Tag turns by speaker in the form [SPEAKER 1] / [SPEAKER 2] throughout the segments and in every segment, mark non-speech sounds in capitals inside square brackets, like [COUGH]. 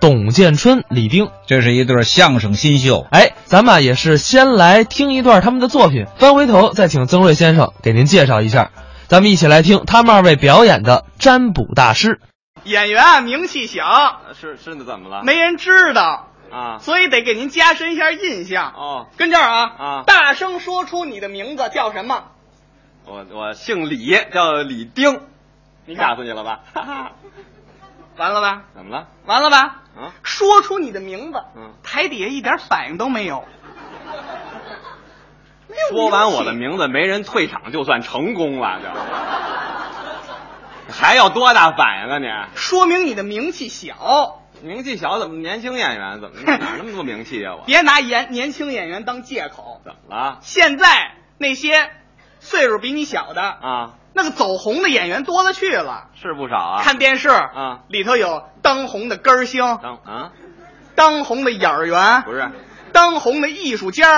[SPEAKER 1] 董建春、李丁。
[SPEAKER 2] 这是一对相声新秀，
[SPEAKER 1] 哎，咱们啊也是先来听一段他们的作品，翻回头再请曾瑞先生给您介绍一下。咱们一起来听他们二位表演的《占卜大师
[SPEAKER 3] 演员啊名气小，
[SPEAKER 4] 是是怎么了？
[SPEAKER 3] 没人知道，
[SPEAKER 4] 啊
[SPEAKER 3] 所以得给您加深一下印象。
[SPEAKER 4] 哦，
[SPEAKER 3] 跟这儿啊
[SPEAKER 4] 啊
[SPEAKER 3] 大声说出你的名字叫什么？
[SPEAKER 4] 我我姓李，叫李丁，
[SPEAKER 3] 你
[SPEAKER 4] 吓
[SPEAKER 3] 看
[SPEAKER 4] 死你了吧？ [LAUGHS] 哈哈，
[SPEAKER 3] 完了吧？
[SPEAKER 4] 怎么了？
[SPEAKER 3] 完了吧？
[SPEAKER 4] 啊
[SPEAKER 3] 说出你的名字，
[SPEAKER 4] 嗯
[SPEAKER 3] 台底下一点反应都没有。
[SPEAKER 4] [LAUGHS] 说完我的名字，没人退场就算成功了，就。 [LAUGHS] 还要多大反应啊
[SPEAKER 3] 说明你的名气小，
[SPEAKER 4] 你？名气小怎么年轻演员
[SPEAKER 3] [LAUGHS]
[SPEAKER 4] 怎么哪儿那么多名气啊我？
[SPEAKER 3] 别拿演年轻演员当借口。
[SPEAKER 4] 怎么了？
[SPEAKER 3] 现在那些岁数比你小的，
[SPEAKER 4] 啊，
[SPEAKER 3] 那个走红的演员多了去了。
[SPEAKER 4] 是不少啊。
[SPEAKER 3] 看电视
[SPEAKER 4] 啊
[SPEAKER 3] 里头有当红的歌星，
[SPEAKER 4] 当啊，
[SPEAKER 3] 当红的演员，
[SPEAKER 4] 不是
[SPEAKER 3] 当红的艺术家，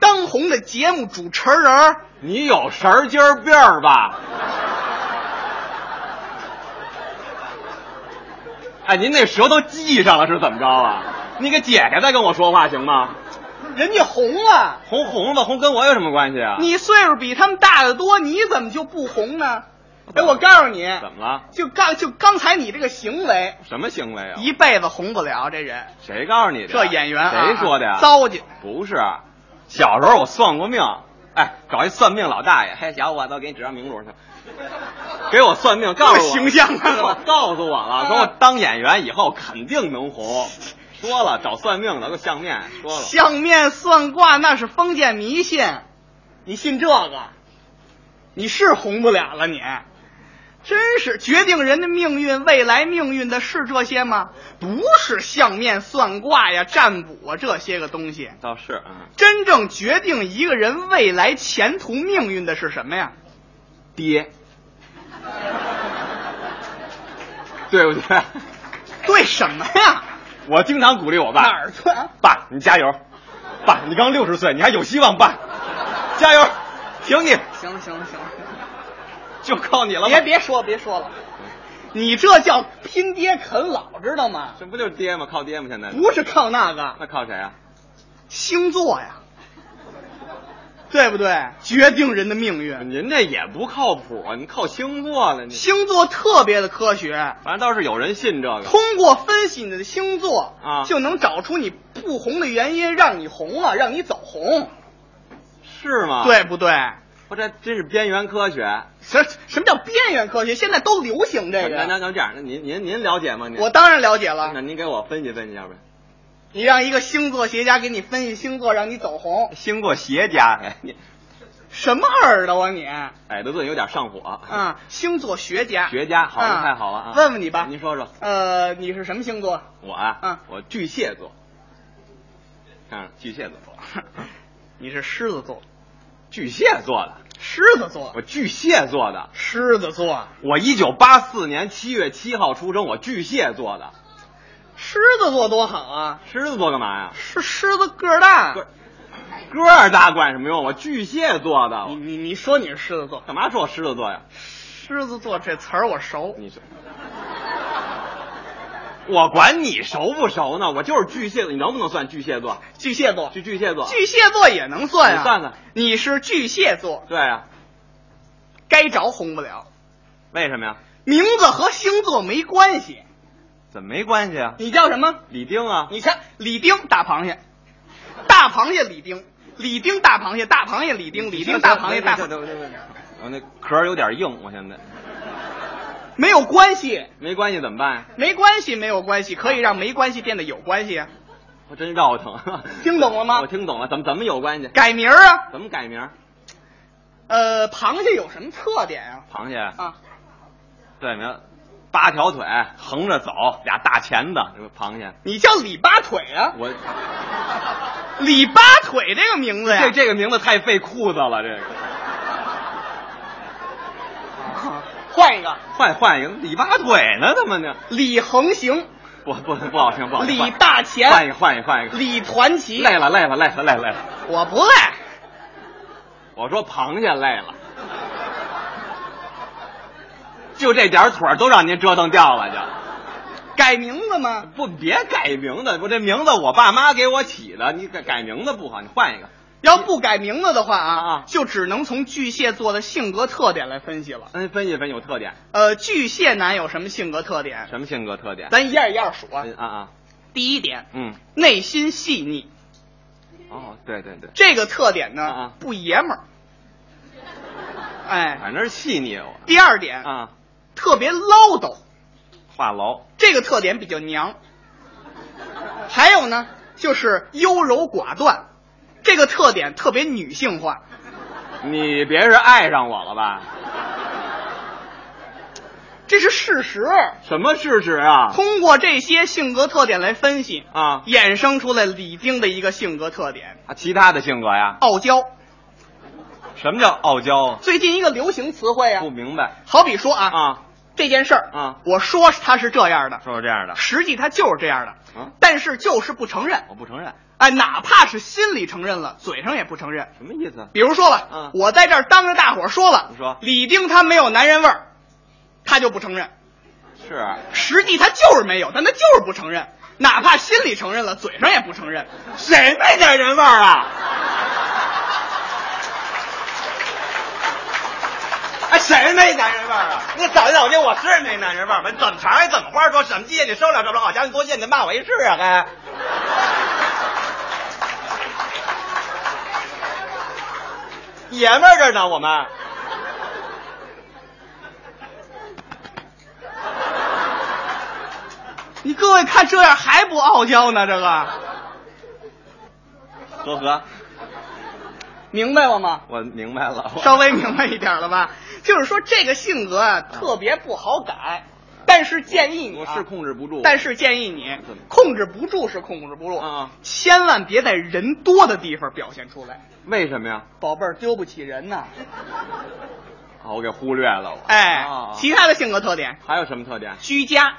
[SPEAKER 3] 当红的节目主持人。
[SPEAKER 4] 你有神经病儿吧？哎，您那舌头系上了是怎么着啊？你给解开再跟我说话行吗？
[SPEAKER 3] 人家红了，
[SPEAKER 4] 红红吧，红跟我有什么关系啊？
[SPEAKER 3] 你岁数比他们大得多，你怎么就不红呢？哎，我告诉你，
[SPEAKER 4] 怎么了？
[SPEAKER 3] 就刚就刚才你这个行为，
[SPEAKER 4] 什么行为啊？
[SPEAKER 3] 一辈子红不了这人。
[SPEAKER 4] 谁告诉你的？
[SPEAKER 3] 这演员啊
[SPEAKER 4] 哎谁说的呀？
[SPEAKER 3] 糟践。
[SPEAKER 4] 不是，啊小时候我算过命，哎，找一算命老大爷，嘿，小伙子，我给你指张明路去，给我算命，告诉我
[SPEAKER 3] 这么形象啊
[SPEAKER 4] 我告诉我
[SPEAKER 3] 啊
[SPEAKER 4] 了，说我当演员以后肯定能红。说了，找算命的，给我相面，说了，
[SPEAKER 3] 相面算卦那是封建迷信，你信这个，你是红不了了你。真是决定人的命运、未来命运的是这些吗？不是相面算卦呀、占卜啊这些个东西。
[SPEAKER 4] 倒是，嗯，
[SPEAKER 3] 真正决定一个人未来前途命运的是什么呀？
[SPEAKER 4] 爹，对不对？
[SPEAKER 3] 对什么呀？
[SPEAKER 4] 我经常鼓励我爸，
[SPEAKER 3] 哪儿对啊？
[SPEAKER 4] 爸，你加油！爸，你刚六十岁，你还有希望，爸，加油！挺你，
[SPEAKER 3] 行了行了行了，
[SPEAKER 4] 就靠你了吧。
[SPEAKER 3] 别别说别说了，你这叫拼爹啃老，知道吗？
[SPEAKER 4] 这不就是爹吗？靠爹吗？现在
[SPEAKER 3] 不是靠那个，
[SPEAKER 4] 那靠谁啊？
[SPEAKER 3] 星座呀，对不对？决定人的命运。
[SPEAKER 4] 您这也不靠谱啊！你靠星座了，你
[SPEAKER 3] 星座特别的科学，
[SPEAKER 4] 反正倒是有人信这个。
[SPEAKER 3] 通过分析你的星座
[SPEAKER 4] 啊
[SPEAKER 3] 就能找出你不红的原因，让你红了，让你走红，
[SPEAKER 4] 是吗？，
[SPEAKER 3] 对不对？
[SPEAKER 4] 我这真是边缘科学。
[SPEAKER 3] 什什么叫边缘科学？现在都流行这
[SPEAKER 4] 那那
[SPEAKER 3] 个。
[SPEAKER 4] 那这样，那您您您了解吗？您
[SPEAKER 3] 我当然了解了
[SPEAKER 4] 那，您给我分析分析，要不然
[SPEAKER 3] 你让一个星座学家给你分析星座，让你走红，
[SPEAKER 4] 星座邪家， [LAUGHS] 哎，你
[SPEAKER 3] 什么耳朵啊你？
[SPEAKER 4] 矮德顿有点上火。
[SPEAKER 3] 啊，星座学家，
[SPEAKER 4] 学家，好了，
[SPEAKER 3] 啊
[SPEAKER 4] 太好了啊！
[SPEAKER 3] 问问你吧，
[SPEAKER 4] 您说说，
[SPEAKER 3] 呃，你是什么星座？
[SPEAKER 4] 我啊，
[SPEAKER 3] 嗯
[SPEAKER 4] 我巨蟹座，看巨蟹
[SPEAKER 3] [LAUGHS]
[SPEAKER 4] 座，
[SPEAKER 3] 你是狮子座，
[SPEAKER 4] 巨蟹座的，
[SPEAKER 3] 狮子座
[SPEAKER 4] 我，巨蟹座的，
[SPEAKER 3] 狮子座，
[SPEAKER 4] 我一九八四年七月七号出生，我巨蟹座的，
[SPEAKER 3] 狮子座多好啊！
[SPEAKER 4] 狮子座干嘛呀？
[SPEAKER 3] 是狮子个儿大
[SPEAKER 4] 个。个儿大管什么用？我巨蟹座的，
[SPEAKER 3] 你
[SPEAKER 4] 我
[SPEAKER 3] 你你说你是狮子座，
[SPEAKER 4] 干嘛说我狮子座呀？
[SPEAKER 3] 狮子座这词儿我熟，
[SPEAKER 4] 你是，我管你熟不熟呢？我就是巨蟹座，你能不能算巨蟹座？
[SPEAKER 3] 巨蟹座，
[SPEAKER 4] 巨巨蟹座，
[SPEAKER 3] 巨蟹座也能算啊。
[SPEAKER 4] 你算算，
[SPEAKER 3] 你是巨蟹座，
[SPEAKER 4] 对啊呀、
[SPEAKER 3] 该着红不了。
[SPEAKER 4] 为什么呀？
[SPEAKER 3] 名字和星座没关系，
[SPEAKER 4] 怎么没关系啊？
[SPEAKER 3] 你叫什么？
[SPEAKER 4] 李丁啊，
[SPEAKER 3] 你看李丁大螃蟹，大螃蟹李丁，李丁大螃蟹，大螃蟹李丁，李丁大螃蟹大螃蟹，
[SPEAKER 4] 我那壳儿有点硬，我现在
[SPEAKER 3] 没有关系，
[SPEAKER 4] 没关系怎么办呀？
[SPEAKER 3] 没关系，没有关系，可以让没关系变得有关系啊。
[SPEAKER 4] 我真绕腾，
[SPEAKER 3] [LAUGHS] 听懂了吗
[SPEAKER 4] 我听懂了，怎么怎么有关系？
[SPEAKER 3] 改名儿啊，
[SPEAKER 4] 怎么改名？
[SPEAKER 3] 呃，螃蟹有什么特点啊？
[SPEAKER 4] 螃蟹
[SPEAKER 3] 啊，
[SPEAKER 4] 对名，八条腿横着走，俩大钳子，这个螃蟹。
[SPEAKER 3] 你叫李八腿啊？
[SPEAKER 4] 我
[SPEAKER 3] 李八腿这个名哎字呀，
[SPEAKER 4] 这这个名字太费裤子了，这个
[SPEAKER 3] 啊换一个，
[SPEAKER 4] 换换一个李八腿呢，怎么呢？
[SPEAKER 3] 李横行，
[SPEAKER 4] 不不不好听，不好听。
[SPEAKER 3] 李
[SPEAKER 4] 换
[SPEAKER 3] 大
[SPEAKER 4] 换一
[SPEAKER 3] 钱，
[SPEAKER 4] 个换一个换一个，
[SPEAKER 3] 李团旗，
[SPEAKER 4] 累了累了累了累了累了。
[SPEAKER 3] 我不赖，
[SPEAKER 4] 我说螃蟹累了，就这点腿儿都让您折腾掉了就。
[SPEAKER 3] 改改名字吗？
[SPEAKER 4] 不，别改名字，我这名字我爸妈给我起的，你改改名字不好，你换一个。
[SPEAKER 3] 要不改名字的话
[SPEAKER 4] 啊
[SPEAKER 3] 啊
[SPEAKER 4] 啊，
[SPEAKER 3] 就只能从巨蟹座的性格特点来分析了。
[SPEAKER 4] 嗯，分析分析有特点，
[SPEAKER 3] 呃，巨蟹男有什么性格特点？
[SPEAKER 4] 什么性格特点？
[SPEAKER 3] 咱一样一样数啊。
[SPEAKER 4] 嗯啊啊，
[SPEAKER 3] 第一点，
[SPEAKER 4] 嗯，
[SPEAKER 3] 内心细腻，
[SPEAKER 4] 哦，对对对，
[SPEAKER 3] 这个特点
[SPEAKER 4] 啊
[SPEAKER 3] 呢
[SPEAKER 4] 啊
[SPEAKER 3] 不爷们儿。哎，
[SPEAKER 4] 反正是细腻我
[SPEAKER 3] 第二点，
[SPEAKER 4] 啊，
[SPEAKER 3] 特别唠叨，
[SPEAKER 4] 话痨，
[SPEAKER 3] 这个特点比较娘。还有呢，就是优柔寡断，这个特点特别女性化。
[SPEAKER 4] 你别是爱上我了吧？
[SPEAKER 3] 这是事实。
[SPEAKER 4] 什么事实啊？
[SPEAKER 3] 通过这些性格特点来分析，
[SPEAKER 4] 啊
[SPEAKER 3] 衍生出来李丁的一个性格特点
[SPEAKER 4] 啊，其他的性格呀
[SPEAKER 3] ——？傲娇。
[SPEAKER 4] 什么叫傲娇啊？
[SPEAKER 3] 最近一个流行词汇啊
[SPEAKER 4] 不，明白
[SPEAKER 3] 好比说啊，
[SPEAKER 4] 啊？
[SPEAKER 3] 这件事儿
[SPEAKER 4] 啊
[SPEAKER 3] 我说他是这样的，
[SPEAKER 4] 说这样的，
[SPEAKER 3] 实际他就是这样的，
[SPEAKER 4] 啊哦
[SPEAKER 3] 但是就是不承认。
[SPEAKER 4] 我不承认，
[SPEAKER 3] 哎，哪怕是心里承认了，嘴上也不承认。
[SPEAKER 4] 什么意思？
[SPEAKER 3] 比如说吧，
[SPEAKER 4] 啊
[SPEAKER 3] 我在这儿当着大伙儿说了，
[SPEAKER 4] 你说
[SPEAKER 3] 李丁他没有男人味儿，他就不承认。
[SPEAKER 4] 是
[SPEAKER 3] 实际他就是没有，但他就是不承认，哪怕心里承认了，嘴上也不承认。
[SPEAKER 4] 谁没点人味儿啊？哎，谁没男人味儿啊？你早就早见我是没男人味儿吗？怎么茬儿怎么花说什么贱，你受不了这么好家伙，你多贱，你骂我一世啊！该。 [LAUGHS] 爷们儿这儿呢，我们
[SPEAKER 3] 你各位看这样还不傲娇呢？这个
[SPEAKER 4] 呵呵，
[SPEAKER 3] 明白了吗？
[SPEAKER 4] 我明白了，
[SPEAKER 3] [LAUGHS] 稍微明白一点了吧？就是说这个性格啊，特别不好改，但是建议你、
[SPEAKER 4] 嗯我
[SPEAKER 3] 啊，
[SPEAKER 4] 是控制不住，
[SPEAKER 3] 但是建议你
[SPEAKER 4] 怎么
[SPEAKER 3] 控制不住是控制不住
[SPEAKER 4] 啊，
[SPEAKER 3] 千万别在人多的地方表现出来，
[SPEAKER 4] 为什么呀？
[SPEAKER 3] 宝贝儿丢不起人呐。
[SPEAKER 4] 啊，我给忽略了我。
[SPEAKER 3] 哎，
[SPEAKER 4] 啊
[SPEAKER 3] 其他的性格特点，
[SPEAKER 4] 还有什么特点？
[SPEAKER 3] 居家，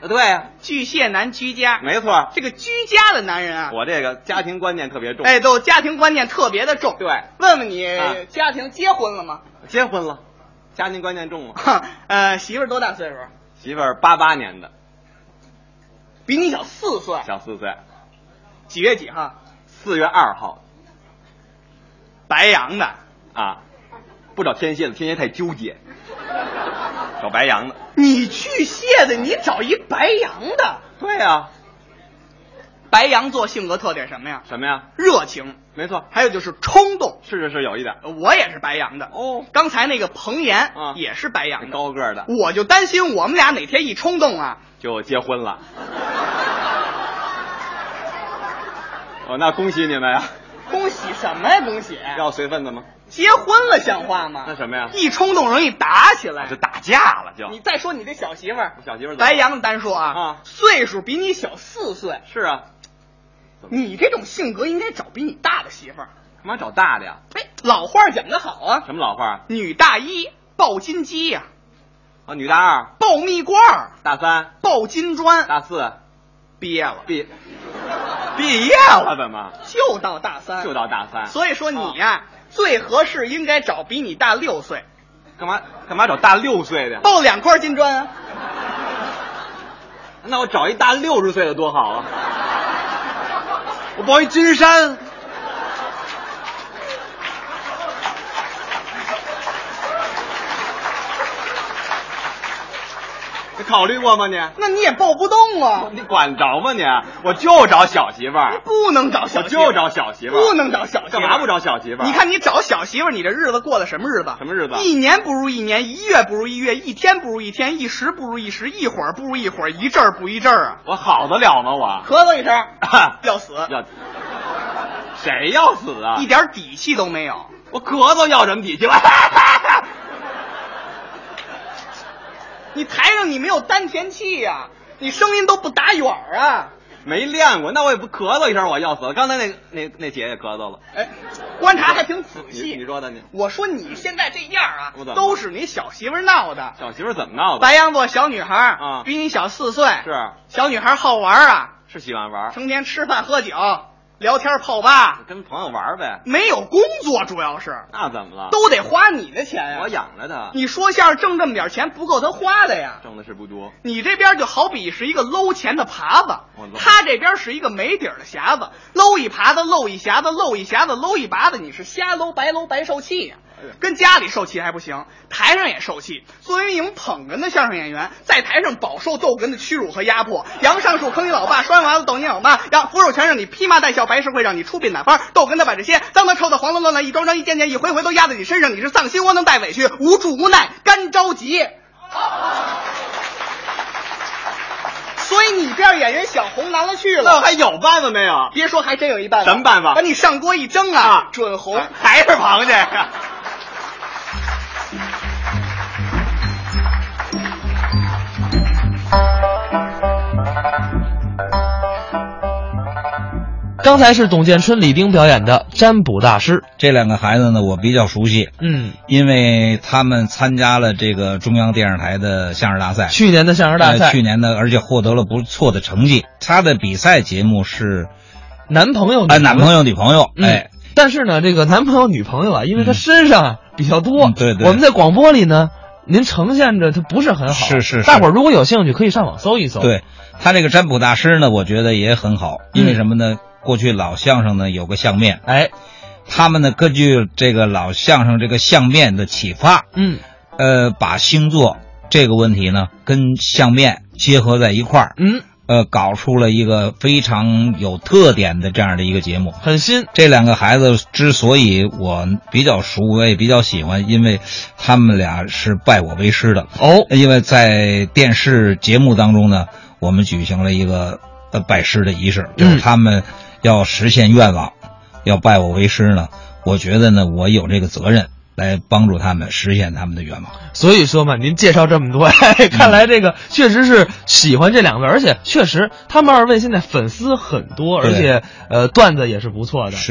[SPEAKER 4] 呃，对呀，
[SPEAKER 3] 巨蟹男居家，
[SPEAKER 4] 没错，
[SPEAKER 3] 这个居家的男人啊，
[SPEAKER 4] 我这个家庭观念特别重。，
[SPEAKER 3] 哎，都家庭观念特别的重。
[SPEAKER 4] 对，
[SPEAKER 3] 问问你、
[SPEAKER 4] 啊
[SPEAKER 3] 家庭结婚了
[SPEAKER 4] [LAUGHS]
[SPEAKER 3] 吗？
[SPEAKER 4] 结婚了，家庭观念重
[SPEAKER 3] [LAUGHS]
[SPEAKER 4] 吗？
[SPEAKER 3] 呃，媳妇儿多大岁数？
[SPEAKER 4] 媳妇儿八八年的，
[SPEAKER 3] 比你小四岁，
[SPEAKER 4] 小四岁，
[SPEAKER 3] 几月几号？
[SPEAKER 4] 四月二号
[SPEAKER 3] 白羊的。
[SPEAKER 4] 啊，不找天蝎的，天蝎太纠结，找白羊的。
[SPEAKER 3] 你巨蟹的，你找一白羊的。
[SPEAKER 4] 对啊呀，
[SPEAKER 3] 白羊座性格特点什么呀？
[SPEAKER 4] 什么呀？
[SPEAKER 3] 热情，
[SPEAKER 4] 没错，
[SPEAKER 3] 还有就是冲动。
[SPEAKER 4] 是是是有一点。
[SPEAKER 3] 我也是白羊的。
[SPEAKER 4] 哦，
[SPEAKER 3] 刚才那个彭岩
[SPEAKER 4] 啊
[SPEAKER 3] 也是白羊
[SPEAKER 4] 那
[SPEAKER 3] 的，
[SPEAKER 4] 高个儿的
[SPEAKER 3] 我就担心我们俩哪天一冲动啊，
[SPEAKER 4] 就结婚了。哦，那恭喜你们呀！
[SPEAKER 3] 恭喜什么呀？恭喜！
[SPEAKER 4] 要随份子吗？
[SPEAKER 3] 结婚了像话吗？
[SPEAKER 4] 那什么呀
[SPEAKER 3] 一冲动容易打起来
[SPEAKER 4] 就。打架了就。
[SPEAKER 3] 你再说你这小媳妇儿，
[SPEAKER 4] 小媳妇儿怎么
[SPEAKER 3] 白羊单说啊，
[SPEAKER 4] 啊
[SPEAKER 3] 岁数比你小四岁，
[SPEAKER 4] 是啊，
[SPEAKER 3] 你这种性格应该找比你大的媳妇儿。
[SPEAKER 4] 干嘛找大的呀？
[SPEAKER 3] 哎，老话讲得好啊，
[SPEAKER 4] 什么老话儿
[SPEAKER 3] 女大一抱金鸡呀、
[SPEAKER 4] 啊？女大二、
[SPEAKER 3] 抱蜜罐儿，
[SPEAKER 4] 大三、
[SPEAKER 3] 抱金砖，
[SPEAKER 4] 大四
[SPEAKER 3] 毕业了
[SPEAKER 4] 毕毕业了，怎么
[SPEAKER 3] 就到大三，
[SPEAKER 4] 啊就到大三？啊
[SPEAKER 3] 所以说你呀、最合适应该找比你大六岁，
[SPEAKER 4] 干嘛干嘛找大六岁的？
[SPEAKER 3] 抱两块金砖啊。
[SPEAKER 4] 那我找一大六十岁的多好啊！我抱一金山，你考虑过吗你？
[SPEAKER 3] 那你也抱不动啊，
[SPEAKER 4] 你管着吗你？我就找小媳妇
[SPEAKER 3] 你
[SPEAKER 4] 儿，
[SPEAKER 3] 不能找
[SPEAKER 4] 我
[SPEAKER 3] 小媳妇儿，
[SPEAKER 4] 就找小媳妇儿，
[SPEAKER 3] 不能找小媳妇儿
[SPEAKER 4] 干嘛不找小媳妇儿？
[SPEAKER 3] 你看你找小媳妇儿，你这日子过的什么日子？
[SPEAKER 4] 什么日子
[SPEAKER 3] 一年不如一年，一月不如一月，一天不如一天，一时不如一时，一会儿不如一会儿，一阵儿不一阵儿啊！
[SPEAKER 4] 我好得了吗我？ [LAUGHS]
[SPEAKER 3] 咳嗽一声，要死，
[SPEAKER 4] 要谁要死啊
[SPEAKER 3] 一？点底气都没有。
[SPEAKER 4] 我咳嗽要什么底气？ [LAUGHS]
[SPEAKER 3] 你台上你没有丹田气呀、你声音都不打远儿啊！
[SPEAKER 4] 没练过，那我也不咳嗽一声，我要死了。刚才那那那姐也咳嗽了，
[SPEAKER 3] 哎，观察还挺仔
[SPEAKER 4] 你你
[SPEAKER 3] 细。
[SPEAKER 4] 说的你
[SPEAKER 3] 我说你现在这样啊
[SPEAKER 4] 我怎么，了
[SPEAKER 3] 都是你小媳妇儿闹的。
[SPEAKER 4] 小媳妇儿怎么闹的？
[SPEAKER 3] 白羊座小女孩儿
[SPEAKER 4] 啊
[SPEAKER 3] 比你小四岁，
[SPEAKER 4] 是
[SPEAKER 3] 小女孩儿好玩儿啊，
[SPEAKER 4] 是喜欢玩儿，
[SPEAKER 3] 成天吃饭喝酒，聊天泡吧，
[SPEAKER 4] 跟朋友玩呗。
[SPEAKER 3] 没有工作，主要是
[SPEAKER 4] 那怎么了？
[SPEAKER 3] 都得花你的钱呀、
[SPEAKER 4] 我养着他，
[SPEAKER 3] 你说相声挣这么点钱不够他花的呀？
[SPEAKER 4] 挣的是不多。
[SPEAKER 3] 你这边就好比是一个搂钱的耙
[SPEAKER 4] 我
[SPEAKER 3] 子，
[SPEAKER 4] 搂
[SPEAKER 3] 他这边是一个没底儿的匣子，搂一耙子，搂一匣子，搂一匣子，搂一耙子，你是瞎搂白搂白受气呀、
[SPEAKER 4] 哎呀
[SPEAKER 3] 跟家里受气还不行，台上也受气。作为一名捧哏的相声演员，在台上饱受逗哏的屈辱和压迫。杨上树坑你老爸，拴娃子逗你老妈，杨扶手全让你披麻戴孝，白事会让你出殡打幡，逗哏的把这些脏脏臭的黄乱乱的一张张一件件一回回都压在你身上，你是丧心窝囊带委屈，无助无奈，干着急。所以你这样演员想红难了去
[SPEAKER 4] 那我
[SPEAKER 3] 了。
[SPEAKER 4] 哦还有办法没有？
[SPEAKER 3] 别说，还真有一办法。
[SPEAKER 4] 什么办法
[SPEAKER 3] 把你上锅一蒸啊
[SPEAKER 4] 啊，
[SPEAKER 3] 准红。
[SPEAKER 4] 还是螃蟹。
[SPEAKER 1] 刚才是董建春、李丁表演的《占卜大师》。
[SPEAKER 2] 这两个孩子呢，我比较熟悉，
[SPEAKER 1] 嗯，
[SPEAKER 2] 因为他们参加了这个中央电视台的相声大赛，
[SPEAKER 1] 去年的相声大赛，
[SPEAKER 2] 呃去年呢，而且获得了不错的成绩。他的比赛节目是，
[SPEAKER 1] 男朋友
[SPEAKER 2] 呃，男朋
[SPEAKER 1] 友，
[SPEAKER 2] 友、女朋友，
[SPEAKER 1] 嗯
[SPEAKER 2] 哎，，
[SPEAKER 1] 但是呢，这个男朋友、女朋友啊，因为他身上啊比较多，
[SPEAKER 2] 嗯对对
[SPEAKER 1] 我们在广播里呢，您呈现着他不是很好，
[SPEAKER 2] 是是是
[SPEAKER 1] 大伙儿如果有兴趣，可以上网搜一搜。，
[SPEAKER 2] 对他这个占卜大师呢，我觉得也很好，因为
[SPEAKER 1] 嗯
[SPEAKER 2] 什么呢？过去老相声呢有个相面，
[SPEAKER 1] 哎，
[SPEAKER 2] 他们呢根据这个老相声这个相面的启发，
[SPEAKER 1] 嗯
[SPEAKER 2] 呃，把星座这个问题呢跟相面结合在一块儿，
[SPEAKER 1] 嗯，
[SPEAKER 2] 呃，搞出了一个非常有特点的这样的一个节目。
[SPEAKER 1] 很新，
[SPEAKER 2] 这两个孩子之所以我比较熟，我也比较喜欢，因为他们俩是拜我为师的。
[SPEAKER 1] 哦，
[SPEAKER 2] 因为在电视节目当中呢，我们举行了一个呃拜师的仪式，就是他们要实现愿望，要拜我为师呢。我觉得呢，我有这个责任来帮助他们实现他们的愿望。
[SPEAKER 1] 所以说嘛，您介绍这么多， [LAUGHS] 哎，看来这个确实是喜欢这两位，而且确实他们二位现在粉丝很多，而
[SPEAKER 2] 对
[SPEAKER 1] 且呃段子也是不错的。
[SPEAKER 2] 是。